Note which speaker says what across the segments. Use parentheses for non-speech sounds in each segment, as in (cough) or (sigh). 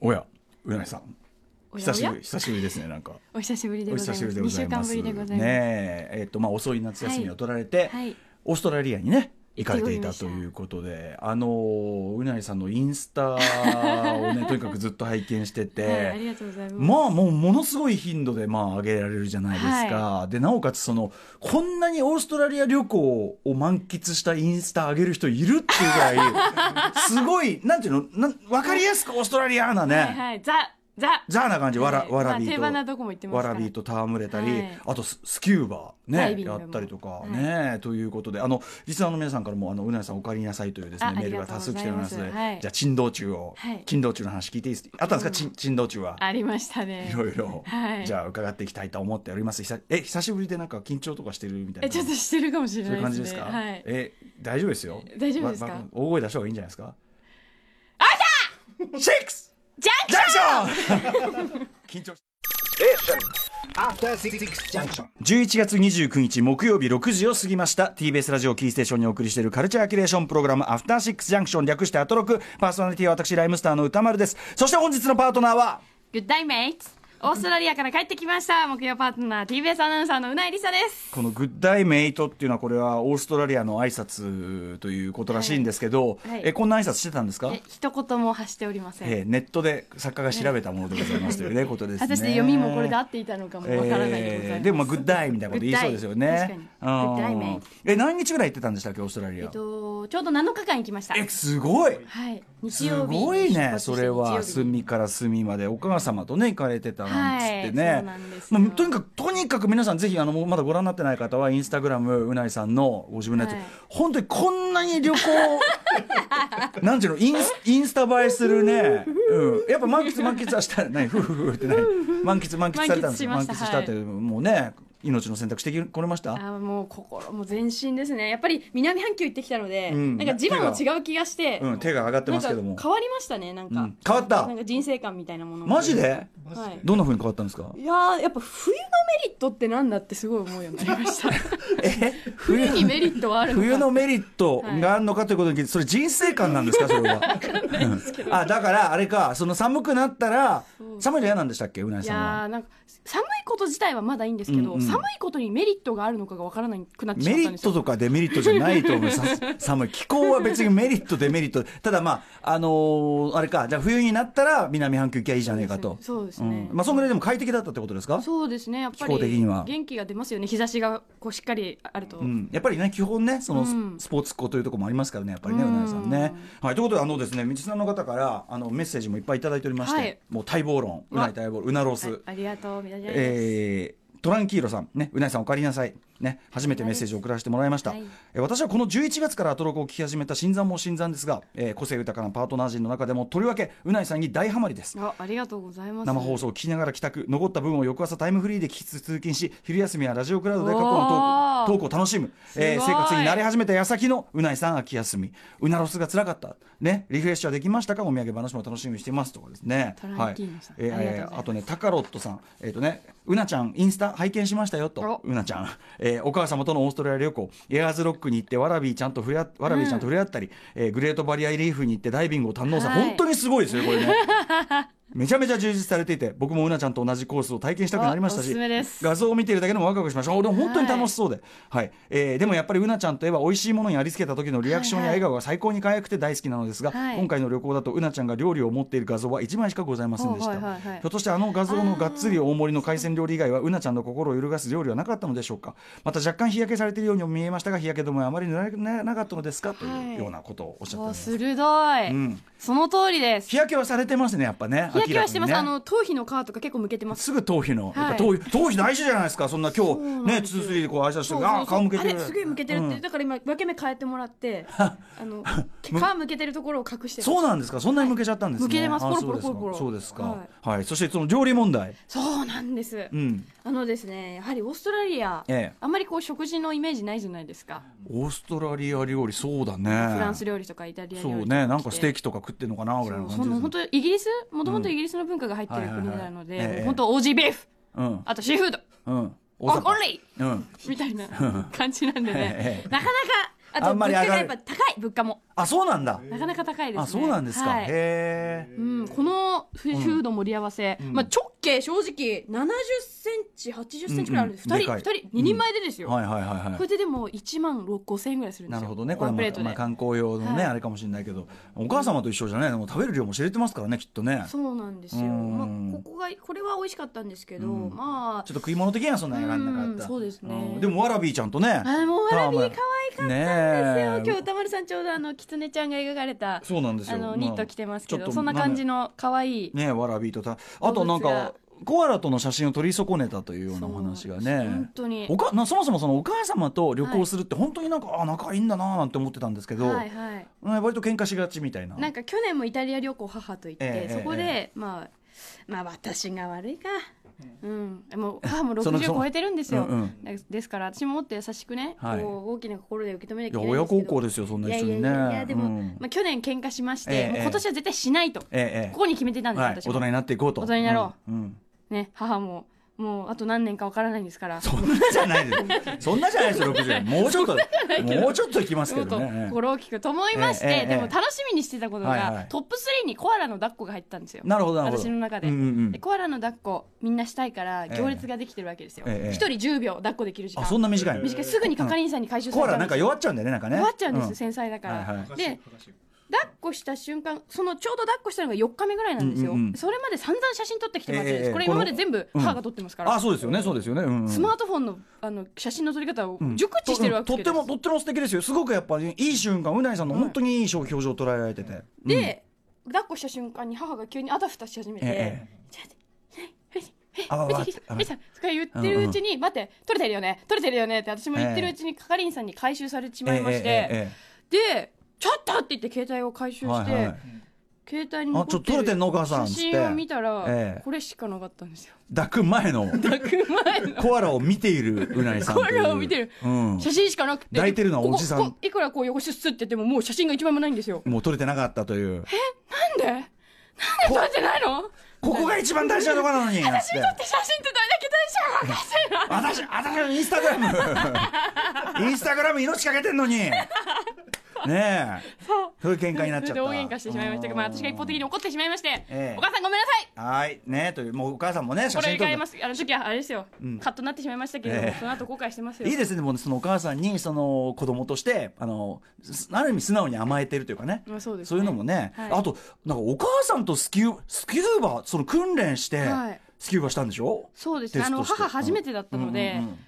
Speaker 1: おや、うなぎさん。
Speaker 2: おや
Speaker 1: 久
Speaker 2: お
Speaker 1: し
Speaker 2: や
Speaker 1: ぶり、久しぶりですね、なんか。
Speaker 2: お久しぶりで
Speaker 1: お
Speaker 2: ござい
Speaker 1: 久し
Speaker 2: ま
Speaker 1: ぶ
Speaker 2: す。
Speaker 1: りでご
Speaker 2: 2
Speaker 1: ざい
Speaker 2: 週
Speaker 1: ま
Speaker 2: 間
Speaker 1: す。
Speaker 2: ぶりでございます。
Speaker 1: ねえ、えっと、まあ、遅い夏休みを取られて、
Speaker 2: はい。
Speaker 1: オーストラリアにね。行かれてい
Speaker 2: 行
Speaker 1: た
Speaker 2: って
Speaker 1: と
Speaker 2: おりました
Speaker 1: いうことで、あのーうなぎさんのインスタを
Speaker 2: (laughs)
Speaker 1: ね、とにかくずっと拝見してて。
Speaker 2: はい、ありがとうございます。
Speaker 1: まあもうものすごい頻度でまあ上げられるじゃないですか、でなおかつそのこんなにオーストラリア旅行を満喫したインスタ上げる人いるっていうぐ
Speaker 2: (laughs)
Speaker 1: らいすごいなんていうのなん分かりやすくオーストラリアなね、
Speaker 2: はいはい。ザザ
Speaker 1: ザーな感じわら,、
Speaker 2: はい
Speaker 1: わらび
Speaker 2: まあ
Speaker 1: と
Speaker 2: 定番なとこも行ってます
Speaker 1: わ
Speaker 2: から
Speaker 1: らびと戯れたり、
Speaker 2: はい
Speaker 1: あとススキューバ
Speaker 2: ダ
Speaker 1: ね
Speaker 2: イビング
Speaker 1: や
Speaker 2: も
Speaker 1: ったりとかね、ということであのリスナーの皆さんからもあのうなぎさんお帰りなさいというですね
Speaker 2: あ
Speaker 1: メールが多数来ておりますの
Speaker 2: あ
Speaker 1: で、
Speaker 2: りがとうございますはい
Speaker 1: じゃあ珍道中を、
Speaker 2: はい
Speaker 1: 珍道中の話聞いていいですあったんですか、珍珍道中は。
Speaker 2: ありましたね
Speaker 1: (laughs) い。ろいろ、
Speaker 2: はい
Speaker 1: じゃあ伺っていきたいと思っております。久え久しぶりでなんか緊張とかしてるみたいな。
Speaker 2: えちょっと
Speaker 1: そ
Speaker 2: してるかもしれ
Speaker 1: ういう
Speaker 2: ない
Speaker 1: 感
Speaker 2: です
Speaker 1: じ
Speaker 2: ね。
Speaker 1: ですか。
Speaker 2: はい。
Speaker 1: え大丈夫ですよ。
Speaker 2: 大丈夫ですか
Speaker 1: わわ大声出した方がいいんじゃないですか。あた。シックス
Speaker 2: ジャン
Speaker 1: ジャンクション。緊張し。
Speaker 3: After Six Junction.
Speaker 1: 11月29日木曜日6時を過ぎました TBS ラジオキーステーションにお送りしているカルチャーキュレーションプログラム「アフターシックスジャンクション」略してアトロクパーソナリティは私ライムスターの歌丸ですそして本日のパートナーは
Speaker 2: グッダイメイツ。オーストラリアから帰ってきました。木曜パートナー TBS アナウンサーのうないりさです。
Speaker 1: このグッダイメイトっていうのはこれはオーストラリアの挨拶ということらしいんですけど、
Speaker 2: はいはい
Speaker 1: えこんな挨拶してたんですか
Speaker 2: え、一言も発しておりません。
Speaker 1: えーネットで作家が調べたものでございますというねことですね
Speaker 2: 果たして読みもこれで合っていたのかもわからないでございます。
Speaker 1: えーでもまあグッダイみたいなこと言いそうですよね
Speaker 2: グッダイ確かに
Speaker 1: うん
Speaker 2: グッダイメイ
Speaker 1: え何日ぐらい行ってたんでしたっけオーストラリア、
Speaker 2: えっとちょうど7日間行きました。
Speaker 1: えすごい
Speaker 2: はい。日
Speaker 1: す
Speaker 2: 曜日に
Speaker 1: ごい
Speaker 2: 出
Speaker 1: ね
Speaker 2: 発して
Speaker 1: それは
Speaker 2: 日曜日に
Speaker 1: 隅から隅までお母様とね行かれてたなんつってね、
Speaker 2: はいそうなんですよ
Speaker 1: まあとにかくとにかく皆さんぜひあのもうまだご覧になってない方はインスタグラムうないさんのご自分のやつ、
Speaker 2: はい
Speaker 1: 本当にこんなに旅行なんていうのインスインスタ映えするね、うん、やっぱ満喫満喫はしたないふふふってない満喫満喫されたんですよ
Speaker 2: 満
Speaker 1: 満
Speaker 2: 喫しま
Speaker 1: 喫
Speaker 2: した
Speaker 1: したって、もうね命の選択してこれました
Speaker 2: あーもう心も全身ですねやっぱり南半球行ってきたので、
Speaker 1: うん
Speaker 2: なんか地盤も違う気がして、
Speaker 1: うん手が上がって
Speaker 2: な
Speaker 1: ま
Speaker 2: ん
Speaker 1: す
Speaker 2: か
Speaker 1: け
Speaker 2: 変
Speaker 1: ども
Speaker 2: わりましたねなんか、
Speaker 1: うん変わった
Speaker 2: なんか人生観みたいなものも
Speaker 1: マジで
Speaker 2: はい
Speaker 1: どんなふうに変わったんですか
Speaker 2: いやーやっぱ冬のメリットってなんだってすごい思うようになり
Speaker 1: (laughs)
Speaker 2: ました
Speaker 1: え
Speaker 2: 冬にメリットはあるのか
Speaker 1: 冬のメリットがあるのかということにそれ人生観なんです
Speaker 2: (laughs)
Speaker 1: かそれはあだからあれかその寒くなったら
Speaker 2: そう
Speaker 1: 寒いの嫌なんでしたっけうなえ
Speaker 2: い
Speaker 1: さん
Speaker 2: や
Speaker 1: は
Speaker 2: ーなんか寒いこと自体はまだいいんですけど、
Speaker 1: うんうん
Speaker 2: 寒いことにメリットがあるのかがわからなくなってしま
Speaker 1: メ
Speaker 2: っ
Speaker 1: リ
Speaker 2: たんで
Speaker 1: ッ
Speaker 2: すよ
Speaker 1: トとかデメリットじゃないと思うさ寒い気候は別にメリットデメリットただまああのーあれかじゃあ冬になったら南半球行きゃいいじゃねえかと
Speaker 2: そうですね、
Speaker 1: うんまあそんぐらいでも快適だったってことですか
Speaker 2: そうですねやっぱ
Speaker 1: 気候的に
Speaker 2: り
Speaker 1: は
Speaker 2: 元気が出ますよね日差しがこうしっかりあると、
Speaker 1: うん、やっぱりね基本ねそのス,、
Speaker 2: うん
Speaker 1: ポーツ校というところもありますからねやっぱりね
Speaker 2: う
Speaker 1: うんなやさんね。はい、ということであのですね道さんの方からあのメッセージもいっぱいいただいておりまして、
Speaker 2: はい
Speaker 1: もう待望論う
Speaker 2: わ
Speaker 1: な待望論うなロース
Speaker 2: あ、ありがとうみたいな
Speaker 1: えートランキーロさん、ね、うなえさんお帰りなさい、ね、初めてメッセージを送らせてもらいました、
Speaker 2: はい
Speaker 1: えー私はこの11月からアトロクを聞き始めた新参も新参ですが、えー個性豊かなパートナー陣の中でもとりわけうなえさんに大ハマりです
Speaker 2: あありがとうございます
Speaker 1: 生放送を聞きながら帰宅残った分を翌朝タイムフリーで聞きつつ通勤し昼休みはラジオクラウドで過去のトーク
Speaker 2: おー
Speaker 1: トークを楽しむ、えー
Speaker 2: すごい
Speaker 1: 生活に慣れ始めた矢先のうないさん秋休みうなロスが辛かった、ね、リフレッシュはできましたかお土産話も楽しみにしてますとかですね
Speaker 2: トランティーノさん
Speaker 1: はい
Speaker 2: ありがとうござい
Speaker 1: え
Speaker 2: ます
Speaker 1: ーあとねタカロットさんえっ、とねうなちゃんインスタ拝見しましたよと
Speaker 2: お
Speaker 1: うなちゃん、えーお母様とのオーストラリア旅行エアーズロックに行ってわらびーちゃんと触れ合わらびーちゃんと触れ合ったり、えーグレートバリアリーフに行ってダイビングを堪能さ、
Speaker 2: はい
Speaker 1: 本当にすごいですよこれねめちゃめちゃ充実されていて僕もうなちゃんと同じコースを体験したくなりました
Speaker 2: おおす
Speaker 1: し
Speaker 2: すめです
Speaker 1: 画像を見ているだけでもワクワクしましたあでも本当に楽しそうで、はいえーでもやっぱりうなちゃんといえば美味しいものにありつけた時のリアクションや笑顔が最高に可愛くて大好きなのですが、
Speaker 2: はい
Speaker 1: 今回の旅行だとうなちゃんが料理を持っている画像は1枚しかございませんでした、
Speaker 2: はいはいはいは
Speaker 1: ひ
Speaker 2: い
Speaker 1: ょっとしてあの画像のがっつり大盛りの海鮮料理以外はうなちゃんの心を揺るがす料理はなかったのでしょうかまた若干日焼けされているようにも見えましたが日焼け止めはあまり塗られなかったのですかと
Speaker 2: はい
Speaker 1: いうようなことをおっしゃっており
Speaker 2: お
Speaker 1: ます、
Speaker 2: 鋭い、
Speaker 1: うん
Speaker 2: その通りです
Speaker 1: 日焼けはされてますねやっぱね
Speaker 2: 日焼けはしてます、
Speaker 1: 明らか
Speaker 2: あ
Speaker 1: にね
Speaker 2: の頭皮の皮とか結構むけてます
Speaker 1: すぐ頭皮の、
Speaker 2: はい
Speaker 1: やっぱ頭皮頭皮大事じゃないですかそんな今日
Speaker 2: そうな
Speaker 1: ね
Speaker 2: んですよ
Speaker 1: 2-3でこう挨拶して
Speaker 2: そうそうそう
Speaker 1: あー顔向けて
Speaker 2: あ
Speaker 1: る
Speaker 2: れすげえ向けてるって、
Speaker 1: うん
Speaker 2: だから今分け目変えてもらって
Speaker 1: (laughs)
Speaker 2: あの皮むけてるところを隠してます
Speaker 1: そうなんですかそんなに向けちゃったんですね、
Speaker 2: 向けてます
Speaker 1: あー
Speaker 2: コロコロコロコロ
Speaker 1: そうですかそうですか
Speaker 2: は
Speaker 1: はい、そしてその料理問題
Speaker 2: そうなんです、
Speaker 1: うん
Speaker 2: あのですねやはりオーストラリア、
Speaker 1: ええ
Speaker 2: あんまりこう食事のイメージないじゃないですか、
Speaker 1: オーストラリア料理そうだねフ
Speaker 2: フランス
Speaker 1: 料
Speaker 2: 料理とかイタリア
Speaker 1: そ
Speaker 2: 料理
Speaker 1: う
Speaker 2: とか
Speaker 1: ねなんかステー
Speaker 2: キ
Speaker 1: キとか食ってんのかなぐらいの感じです、ね、
Speaker 2: 本当イギリスもともとイギリスの文化が入ってる国なの
Speaker 1: はいはいはいえ
Speaker 2: で
Speaker 1: え
Speaker 2: 本当オージービーフ
Speaker 1: うん
Speaker 2: あとシーフード
Speaker 1: うん
Speaker 2: オ
Speaker 1: 大阪
Speaker 2: ンリー
Speaker 1: うん
Speaker 2: みたいな感じなんで
Speaker 1: え
Speaker 2: ね
Speaker 1: (laughs) え、
Speaker 2: なかなか、あ
Speaker 1: あ
Speaker 2: と
Speaker 1: ん
Speaker 2: 物
Speaker 1: ま
Speaker 2: 価
Speaker 1: り
Speaker 2: が
Speaker 1: 上がる
Speaker 2: やっぱ高い、物価も。
Speaker 1: あそうなんだ、
Speaker 2: なかなか高いですね。
Speaker 1: あそうなんですか、
Speaker 2: はい
Speaker 1: へえ
Speaker 2: うん、このフード盛り合わせ、まあ、直径正直70センチ80センチぐらいあるんで、
Speaker 1: うんうん
Speaker 2: 2人
Speaker 1: でかい
Speaker 2: 2人2人前でですよ、
Speaker 1: はいはいはいはい
Speaker 2: これででも1万5000円ぐらいするんで
Speaker 1: な
Speaker 2: すよ
Speaker 1: るほどねこれ
Speaker 2: ワン
Speaker 1: も
Speaker 2: プレート、で、
Speaker 1: まあ、観光用のね、
Speaker 2: はい
Speaker 1: あれかもしれないけどお母様と一緒じゃないのもう食べる量も知れてますからねきっとねちょ
Speaker 2: そうなんですよ、
Speaker 1: うん
Speaker 2: まあ、ここがこれは美味しかったんですけど、
Speaker 1: うん
Speaker 2: ま
Speaker 1: っ
Speaker 2: あ
Speaker 1: と食い物的にはそんなに選んなかった
Speaker 2: うんそうですね
Speaker 1: んでもわらびーちゃんとね
Speaker 2: あもうわらびー可愛かったん
Speaker 1: ね
Speaker 2: ですよ、
Speaker 1: え
Speaker 2: 今日歌丸さんちょうどあのキツネちゃんが描かれた
Speaker 1: そうなんですよ
Speaker 2: あのニット着てますけ
Speaker 1: まあ
Speaker 2: ど、
Speaker 1: ちょっと
Speaker 2: そんな感じの可愛い、
Speaker 1: ねわらびーとたあとなん
Speaker 2: 動
Speaker 1: か
Speaker 2: 物が
Speaker 1: コアラとの写真を撮り損ねたというようなお話が
Speaker 2: そう本
Speaker 1: ね
Speaker 2: 当に
Speaker 1: おかなそもそもそのお母様と旅行するって本当になんか、あ仲いいんだなーなんて思ってたんですけど、
Speaker 2: はいはい
Speaker 1: うん割と喧嘩しがちみたいな
Speaker 2: なんか去年もイタリア旅行母と行って、
Speaker 1: ええ
Speaker 2: そこで、
Speaker 1: え
Speaker 2: まあまあ私が悪いか、うん、もう母も
Speaker 1: そのそ
Speaker 2: 60
Speaker 1: の
Speaker 2: 超えてるんですよ、
Speaker 1: うんう
Speaker 2: だですから私ももっと優しくね、
Speaker 1: はい
Speaker 2: こう大きな心で受け止めないきゃ
Speaker 1: や
Speaker 2: いけない
Speaker 1: 親
Speaker 2: んですけど
Speaker 1: 孝行ですよそんな一緒にね
Speaker 2: いやいやいやいやでも、
Speaker 1: うん
Speaker 2: まあ、去年喧嘩しまして、
Speaker 1: ええ
Speaker 2: もう今年は絶対しないと、
Speaker 1: ええええ
Speaker 2: ここに決めてたんです、
Speaker 1: はい、大
Speaker 2: 私も
Speaker 1: 人になっていこうと
Speaker 2: 大人になろ
Speaker 1: う、うんうん
Speaker 2: ね、母ももうあと何年かわからないんですから
Speaker 1: そんなじゃないです。そんなじゃないですよ、60円。もうちょっと、もうちょっといきますけ
Speaker 2: もっ
Speaker 1: ど
Speaker 2: と
Speaker 1: ね。
Speaker 2: 心大きくと思いまして、
Speaker 1: ええええ
Speaker 2: でも楽しみにしてたことが、
Speaker 1: はいはい
Speaker 2: トップ3にコアラの抱っこが入ってたんですよ
Speaker 1: なるほど、なるほど。
Speaker 2: 私の中で,、
Speaker 1: うんうんうん
Speaker 2: でコアラの抱っこみんなしたいから
Speaker 1: え
Speaker 2: 行列ができてるわけですよ、
Speaker 1: ええ
Speaker 2: 一人10秒抱っこできる時間
Speaker 1: あ、そんな短いの
Speaker 2: 短いすぐに係員さんに回収さ
Speaker 1: コ
Speaker 2: れ
Speaker 1: ア
Speaker 2: ち
Speaker 1: ラ
Speaker 2: ゃう
Speaker 1: なんか弱っちゃうんだよね、なんかね。
Speaker 2: 弱っちゃうんですよ、
Speaker 1: う
Speaker 2: 繊細だから、
Speaker 1: はいはい
Speaker 2: で抱っこした瞬間そのちょうど抱っこしたのが4日目ぐらいなんですよ、
Speaker 1: うんうんうん
Speaker 2: それまで散々写真撮ってきてもらってるんです、
Speaker 1: ええ
Speaker 2: これ今まで
Speaker 1: この
Speaker 2: 全部
Speaker 1: うん
Speaker 2: 母が撮ってますから、
Speaker 1: あ、そうですよね、そうですよね。うんうん
Speaker 2: スマートフォンのあの写真の撮り方を
Speaker 1: うん
Speaker 2: 熟知してるわけ
Speaker 1: とうん
Speaker 2: です
Speaker 1: とっても、とっても素敵ですよ。すごくやっぱり、いい瞬間、うないさんの本当にいい表情を捉えられてて。
Speaker 2: で、抱っこした瞬間に母が急にあたふたし始めて、
Speaker 1: ええ
Speaker 2: ちょっと待って
Speaker 1: あわわわ
Speaker 2: はい藤木さん藤木さんとか言ってるうちに、待って、取れてるよね、取れてるよねって、私も言ってるうちに係員さんに回収されてし
Speaker 1: ええ
Speaker 2: まいまして、
Speaker 1: えええ
Speaker 2: で、ちょっとって言って、携帯を回収して、
Speaker 1: えはいはい。
Speaker 2: 携帯に残
Speaker 1: あちょっと撮れてんのお母さんっつって
Speaker 2: 写真を見たら、
Speaker 1: ええ
Speaker 2: これしかなかったんですよ。
Speaker 1: 抱く前の、
Speaker 2: 抱く前の
Speaker 1: コアラを見ているうないさんと
Speaker 2: コ
Speaker 1: いう。
Speaker 2: アラを見てる
Speaker 1: うん。
Speaker 2: 写真しかなくて、
Speaker 1: 抱いてるのはおじさん
Speaker 2: こここいくらこう横しすってても、もう写真が一枚もないんですよ。
Speaker 1: もう撮れてなかったという。
Speaker 2: なんでなんで撮ってないの
Speaker 1: ここが一番大事なとこなのに。
Speaker 2: 私にとって写真ってどれだけ大事なのかしら
Speaker 1: 私、私のインスタグラ
Speaker 2: (laughs)
Speaker 1: ムインスタグラム命かけてんのにねえ。そういう喧嘩になっちゃった。
Speaker 2: それで大喧嘩してしまいましたが、まあ、私が一方的に怒ってしまいまして、
Speaker 1: ええ
Speaker 2: お母さんごめんなさい
Speaker 1: はい、ねえ、という、もうお母さんもね、写
Speaker 2: これ
Speaker 1: 真撮
Speaker 2: 控え
Speaker 1: る
Speaker 2: ま。すあの時はあれですよ、カットになってしまいましたけれども、
Speaker 1: ええ
Speaker 2: その後後悔してますよ
Speaker 1: いいですね、でもそのお母さんに、その子供として、あの、すある意味素直に甘えてるというかね。
Speaker 2: まあそうですね
Speaker 1: いうのもね、
Speaker 2: はい
Speaker 1: あと、なんかお母さんとスキュー、スキューバ、その訓練して
Speaker 2: はい、
Speaker 1: スキューバしたんでしょ
Speaker 2: そうですねあの
Speaker 1: テストして
Speaker 2: 母初めてだったので、
Speaker 1: うんうんうん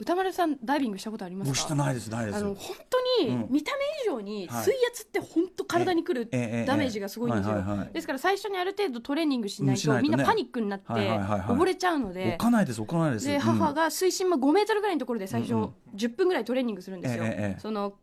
Speaker 2: 歌丸さんダイビングしたことあります
Speaker 1: 僕
Speaker 2: か
Speaker 1: してないです、ないで
Speaker 2: あ
Speaker 1: す。
Speaker 2: の本当
Speaker 1: う
Speaker 2: に
Speaker 1: ん
Speaker 2: 見た目以上に
Speaker 1: はい
Speaker 2: 水圧って本当体にくる
Speaker 1: ええええ
Speaker 2: ダメージがすごいんですよ、
Speaker 1: はいはいはい
Speaker 2: ですから最初にある程度トレーニングしな
Speaker 1: う
Speaker 2: いと,、
Speaker 1: んしないとね
Speaker 2: みんなパニックになって
Speaker 1: はいはいはいはい
Speaker 2: 溺れちゃうので、
Speaker 1: 置かないです、置かないです。
Speaker 2: で
Speaker 1: うん
Speaker 2: 母が水深も5メートルぐらいのところで最初
Speaker 1: うんうん
Speaker 2: 10分ぐらいトレーニングするんですよ。
Speaker 1: ええええ
Speaker 2: その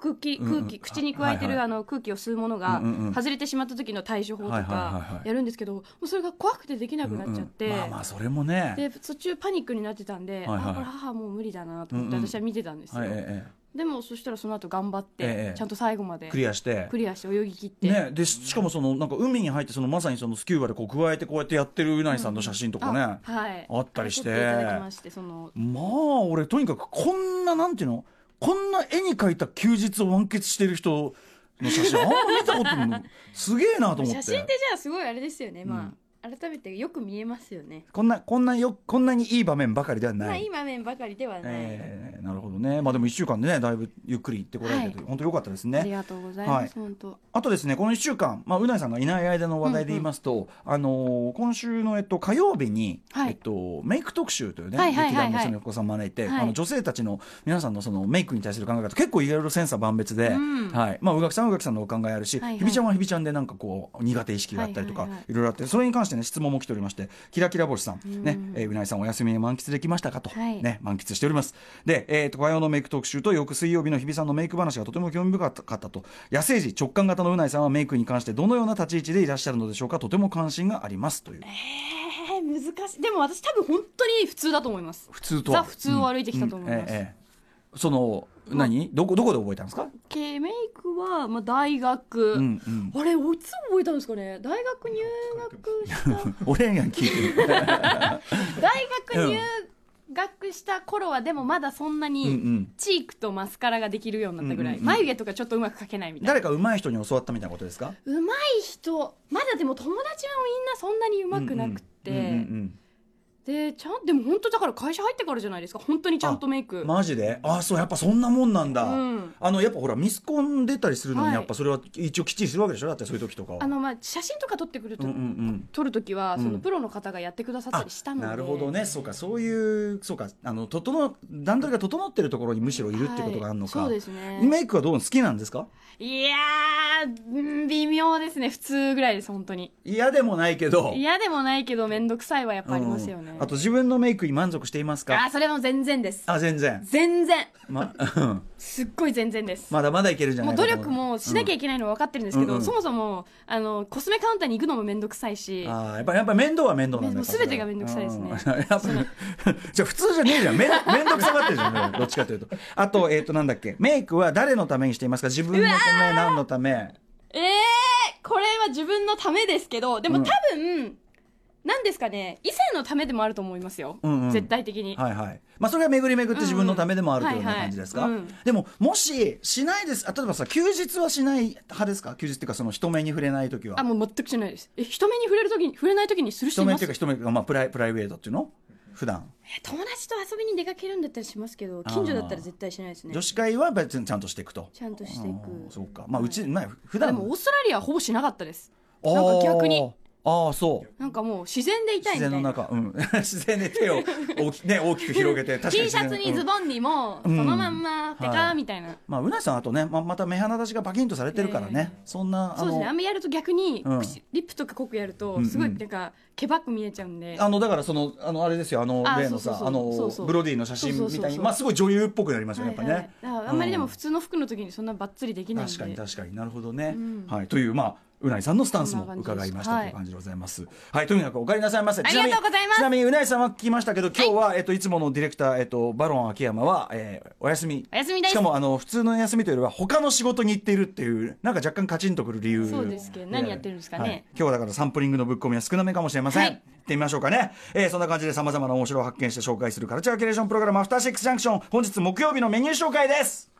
Speaker 2: 空気
Speaker 1: うんうん
Speaker 2: 空気口に加えて
Speaker 1: はい
Speaker 2: る
Speaker 1: はい
Speaker 2: あの空気を吸うものが
Speaker 1: うんうんうん
Speaker 2: 外れてしまった時の対処法と
Speaker 1: はいはいはいは
Speaker 2: か
Speaker 1: い
Speaker 2: やるんですけどもうそれが怖くてできなくなっちゃって
Speaker 1: うんうんまあまあ、それもね。
Speaker 2: で途中パニックになってたんで
Speaker 1: はいはい
Speaker 2: あこれ母もう無理だなと思っ
Speaker 1: うんうん
Speaker 2: て私は見てたんですよ
Speaker 1: はい、えええ
Speaker 2: でもそしたらその後頑張っ
Speaker 1: えええ
Speaker 2: て
Speaker 1: え
Speaker 2: ちゃんと最後まで
Speaker 1: えクリアして。
Speaker 2: クリアして泳ぎ切って
Speaker 1: ね、でししかもそのなんか海に入ってそのまさにそのスキューバでこう加えてこうやってやってるうないさんの写真とかね、
Speaker 2: あはい
Speaker 1: あったりして
Speaker 2: 撮っていただきましてその
Speaker 1: まあ俺とにかくこんななんていうのこんな絵に描いた休日を満喫してる人の写真あんま見たこと (laughs) ないすげえなと思って
Speaker 2: 写真ってじゃあすごいあれですよねまあ改めてよく見えますよね
Speaker 1: こんなこんなよこんなにいい場面ばかりでは
Speaker 2: ま
Speaker 1: な
Speaker 2: あ、
Speaker 1: い、
Speaker 2: いい場面ばかりではない、
Speaker 1: ええなるほどねまあでも1週間でねだいぶゆっくり行ってこられて、
Speaker 2: は
Speaker 1: 本当良かったです
Speaker 2: あり
Speaker 1: ね
Speaker 2: がとうございます、本当。
Speaker 1: あとですねこの1週間、まあ、うないさんがいない間の話題で言いますと、あのー今週の、えっと、火曜日に、
Speaker 2: はい
Speaker 1: えっと、メイク特集というね、
Speaker 2: はいはいはいはい
Speaker 1: 劇団の人にお子さん招いて、
Speaker 2: はい
Speaker 1: あの女性たちの皆さんのそのメイクに対する考え方結構いろいろ千差万別で、
Speaker 2: うん
Speaker 1: はいまあ、宇垣さんは宇垣さんのお考えあるし、
Speaker 2: はいはい
Speaker 1: ひびちゃんはひびちゃんでなんかこう苦手意識があったりとか、
Speaker 2: はいいはいはい
Speaker 1: ろいろあってそれに関して、ね、質問も来ておりましてキラキラ星さん、
Speaker 2: うん
Speaker 1: ねえーうないさんお休み満喫できましたかと、
Speaker 2: はい
Speaker 1: ね、満喫しておりますで、えー、と火曜のメイク特集と翌水曜日の日比さんのメイク話がとても興味深かったと野生児直感型のうないさんはメイクに関してどのような立ち位置でいらっしゃるのでしょうかとても関心がありますという
Speaker 2: えー、難しい。でも私多分本当に普通だと思います。
Speaker 1: 普通とは
Speaker 2: ザ普通を歩いてきたと思いま
Speaker 1: うんうん
Speaker 2: す
Speaker 1: ええええその何どこどこで覚えたんですか、
Speaker 2: けメイクは、まあ、大学、
Speaker 1: うんうん、 (laughs)
Speaker 2: あれ、おいつ覚えたんですかね大学入学した。
Speaker 1: 俺が聞いてる
Speaker 2: 大学入学した頃はでもまだそんな
Speaker 1: うんう
Speaker 2: に
Speaker 1: ん
Speaker 2: チークとマスカラができるようになったぐらい、
Speaker 1: うんうんうん
Speaker 2: 眉毛とかちょっとうまく描けないみたいな
Speaker 1: 誰か上手い人に教わったみたいなことですか
Speaker 2: うまい人まだでも友達はみんなそんなにうまくなくって、
Speaker 1: うんうんうん
Speaker 2: でちゃんでも本当だから会社入ってからじゃないですか本当にちゃんとメイ
Speaker 1: う
Speaker 2: ク、
Speaker 1: んマジでああそうやっぱそんなもんなんだ、
Speaker 2: うん
Speaker 1: あのやっぱほらミスコン出たりするの
Speaker 2: は
Speaker 1: に
Speaker 2: い
Speaker 1: やっぱそれは一応きっちりするわけでしょだってそういう時とかは
Speaker 2: あのまあ写真とか撮ってくると、
Speaker 1: うんうんうん
Speaker 2: 撮る時は
Speaker 1: うん
Speaker 2: そのプロの方がやってくださったりしたので、
Speaker 1: あなるほどねそうかそういうそうかあの整段取りが整ってるところにむしろいるってことがあるのか、
Speaker 2: はいそうですね
Speaker 1: メイクはどう好きなんですか
Speaker 2: いやーうん微妙ですね普通ぐらいです本当に
Speaker 1: 嫌でもないけど
Speaker 2: 嫌でもないけど面倒くさいはやっぱありますよね、
Speaker 1: うんあと自分のメイクに満足しています
Speaker 2: あ
Speaker 1: か
Speaker 2: それも全然です
Speaker 1: あ全然
Speaker 2: 全然
Speaker 1: まうん
Speaker 2: すっごい全然です、
Speaker 1: まだまだいけるんじゃな
Speaker 2: もう
Speaker 1: い
Speaker 2: 努
Speaker 1: かと思
Speaker 2: 力もしなきゃいけないのは分かってるんですけ
Speaker 1: う
Speaker 2: ど、
Speaker 1: んうん
Speaker 2: そもそもあのコスメカウンターに行くのも面倒くさいし
Speaker 1: あーやっぱやっぱ面倒は面倒なんだ
Speaker 2: もう全てが面倒くさいですね
Speaker 1: うん (laughs) やっぱ (laughs) じゃあ普通じゃねえじゃん面面倒くさがってるじゃんどっちかというとあとえっ、となんだっけメイクは誰のためにしていますか自分のため何のため
Speaker 2: ええー、これは自分のためですけど、で
Speaker 1: う
Speaker 2: も
Speaker 1: ん
Speaker 2: 多分、なんですかね、異性のためでもあると思いますよ。
Speaker 1: うんうん
Speaker 2: 絶対的に。
Speaker 1: はいはいまあ、それが巡り巡って自分のためでもあるというような感じですか、
Speaker 2: うんうんはいはい
Speaker 1: でももししないですあ例えばさ休日はしない派ですか休日っていうかその人目に触れない時は
Speaker 2: あ、もう全くしないです。え、人目に触れるときに、触れないときにする人
Speaker 1: 人
Speaker 2: い
Speaker 1: 目
Speaker 2: ま
Speaker 1: ってい
Speaker 2: す
Speaker 1: うか人目が、まあ、プライプライベートっていうの普段
Speaker 2: え友達と遊びに出かけるんだったらしますけど、近所だったら絶対しないですね
Speaker 1: 女。子会は別にちゃんとしていくと
Speaker 2: ちゃんとしてい
Speaker 1: うん
Speaker 2: く。
Speaker 1: そうかまあうち、まあ、普
Speaker 2: で
Speaker 1: 段
Speaker 2: も、オーストラリアはほぼしなかったです。
Speaker 1: あー
Speaker 2: なんか逆に。
Speaker 1: ああそう
Speaker 2: なんかもう自然でいたい
Speaker 1: 自
Speaker 2: みた
Speaker 1: 然の
Speaker 2: いな。
Speaker 1: 中、うん、 (laughs) 自然で手を大
Speaker 2: (laughs)
Speaker 1: き,、ね、大きく広げて
Speaker 2: T シャツにズ
Speaker 1: ボン、うん
Speaker 2: ボンにも、そのまんま、て
Speaker 1: は
Speaker 2: か、
Speaker 1: い
Speaker 2: みたいな。
Speaker 1: まあ、うなさんあとね、まあ、また目鼻出しがバキンとされてるからね、そんなあ
Speaker 2: そうですね。あんまやると逆に、
Speaker 1: うん
Speaker 2: 口リップとか濃くやる
Speaker 1: うんう
Speaker 2: と、
Speaker 1: ん
Speaker 2: すごいなんか、けばく見えちゃうんで。
Speaker 1: あのだからそのあのあれですよあの
Speaker 2: あ
Speaker 1: 例の
Speaker 2: そ
Speaker 1: さ
Speaker 2: うそうそう
Speaker 1: あの
Speaker 2: そうそう
Speaker 1: ブロディの写真みたいに
Speaker 2: そうそうそうそう
Speaker 1: まあすごい女優っぽくなりますよねやっぱりね、
Speaker 2: はいはいだからあんまりでも
Speaker 1: うん
Speaker 2: 普通の服の時にそんなバッツリできないんで
Speaker 1: 確かに
Speaker 2: か
Speaker 1: 確かになるほどね、
Speaker 2: うん
Speaker 1: はいというまあうないさんのスタンスも
Speaker 2: そんな感じです
Speaker 1: 伺いました
Speaker 2: はい
Speaker 1: という感じでございます。はい、とにかくお帰りなさいませ。
Speaker 2: ありがとうございます
Speaker 1: ちなみにちなみにうないさんは聞きましたけど、今日は、えっといつものディレクターえっとバロン秋山は、えーお休み。
Speaker 2: お休みです
Speaker 1: しかもあの普通の休みというよりは他の仕事に行っているっていうなんか若干カチンとくる理由。
Speaker 2: そうですけど何やってるんですかね
Speaker 1: はい今日はだからサンプリングのぶっ込みは少なめかもしれません。
Speaker 2: はい
Speaker 1: 行ってみましょうかね。えーそんな感じで様々な面白を発見して紹介するカルチャーキュレーションプログラムアフターシックスジャンクション。本日木曜日のメニュー紹介です。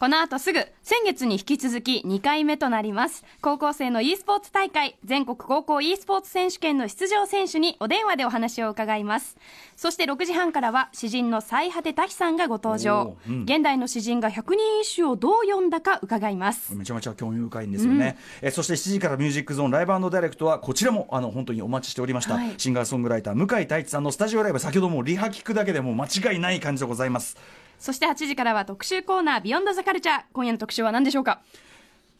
Speaker 2: この後すぐ先月に引き続き2回目となります高校生の e スポーツ大会全国高校 e スポーツ選手権の出場選手にお電話でお話を伺いますそして6時半からは詩人の最果て多比さんがご登場、
Speaker 1: おーうん
Speaker 2: 現代の詩人が百人一首をどう読んだか伺います
Speaker 1: めちゃめちゃ興味深いんですよね、えーそして7時からミュージックゾーンライブダイレクトはこちらもあの本当にお待ちしておりました、
Speaker 2: はい
Speaker 1: シンガーソングライター向井太一さんのスタジオライブ先ほどもリハ聞くだけでもう間違いない感じでございます
Speaker 2: そして8時からは特集コーナービヨンドザカルチャー今夜の特集は何でしょうか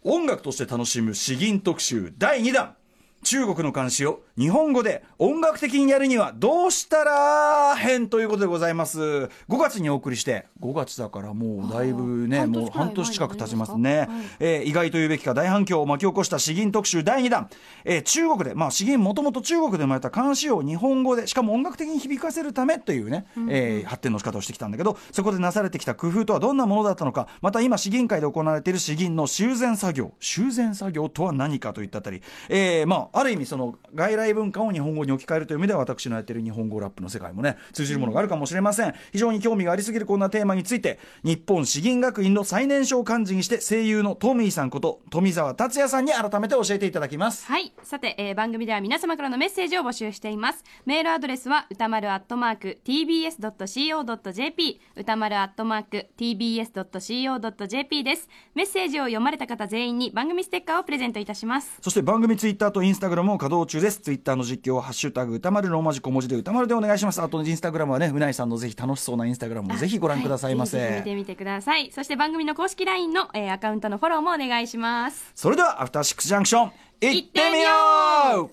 Speaker 1: 音楽として楽しむ詩吟特集第2弾中国の漢詩を日本語で音楽的にやるにはどうしたら編ということでございます5月にお送りして5月だからもうだいぶね
Speaker 2: あ
Speaker 1: もう
Speaker 2: ー半年くらい前
Speaker 1: 半年近く経ちます
Speaker 2: に
Speaker 1: ね
Speaker 2: なりますかはい
Speaker 1: えー意外と言うべきか大反響を巻き起こした詩吟特集第2弾、えー中国で、まあ、詩吟もともと中国で生まれた漢詩を日本語でしかも音楽的に響かせるためというね、えー発展の仕方をしてきたんだけどそこでなされてきた工夫とはどんなものだったのかまた今詩吟界で行われている詩吟の修繕作業修繕作業とは何かといったあたり、えーまあ、ある意味その外来文化を日本語に置き換えるという意味では私のやっている日本語ラップの世界もね通じるものがあるかもしれません非常に興味がありすぎるこんなテーマについて日本詩吟学院の最年少幹事にして声優のトミーさんこと富澤達也さんに改めて教えていただきます
Speaker 2: はい。さて、えー番組では皆様からのメッセージを募集しています。メールアドレスは、歌丸アットマーク、tbs.co.jp、歌丸アットマーク、tbs.co.jp です。メッセージを読まれた方全員に番組ステッカーをプレゼントいたします。
Speaker 1: そして番組ツイッターとインスタグラムも稼働中ですツイッターの実況は「ハッシュタグ歌丸ローマ字小文字で歌丸」でお願いしますあとインスタグラムはねうないさんのぜひ楽しそうなインスタグラムもぜひご覧くださいませ、
Speaker 2: はぜひ見てみてください。そして番組の公式 LINE の、えーアカウントのフォローもお願いします。
Speaker 1: それではアフターシックスジャンクションいってみよう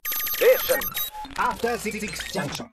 Speaker 3: Station. After Six Junction.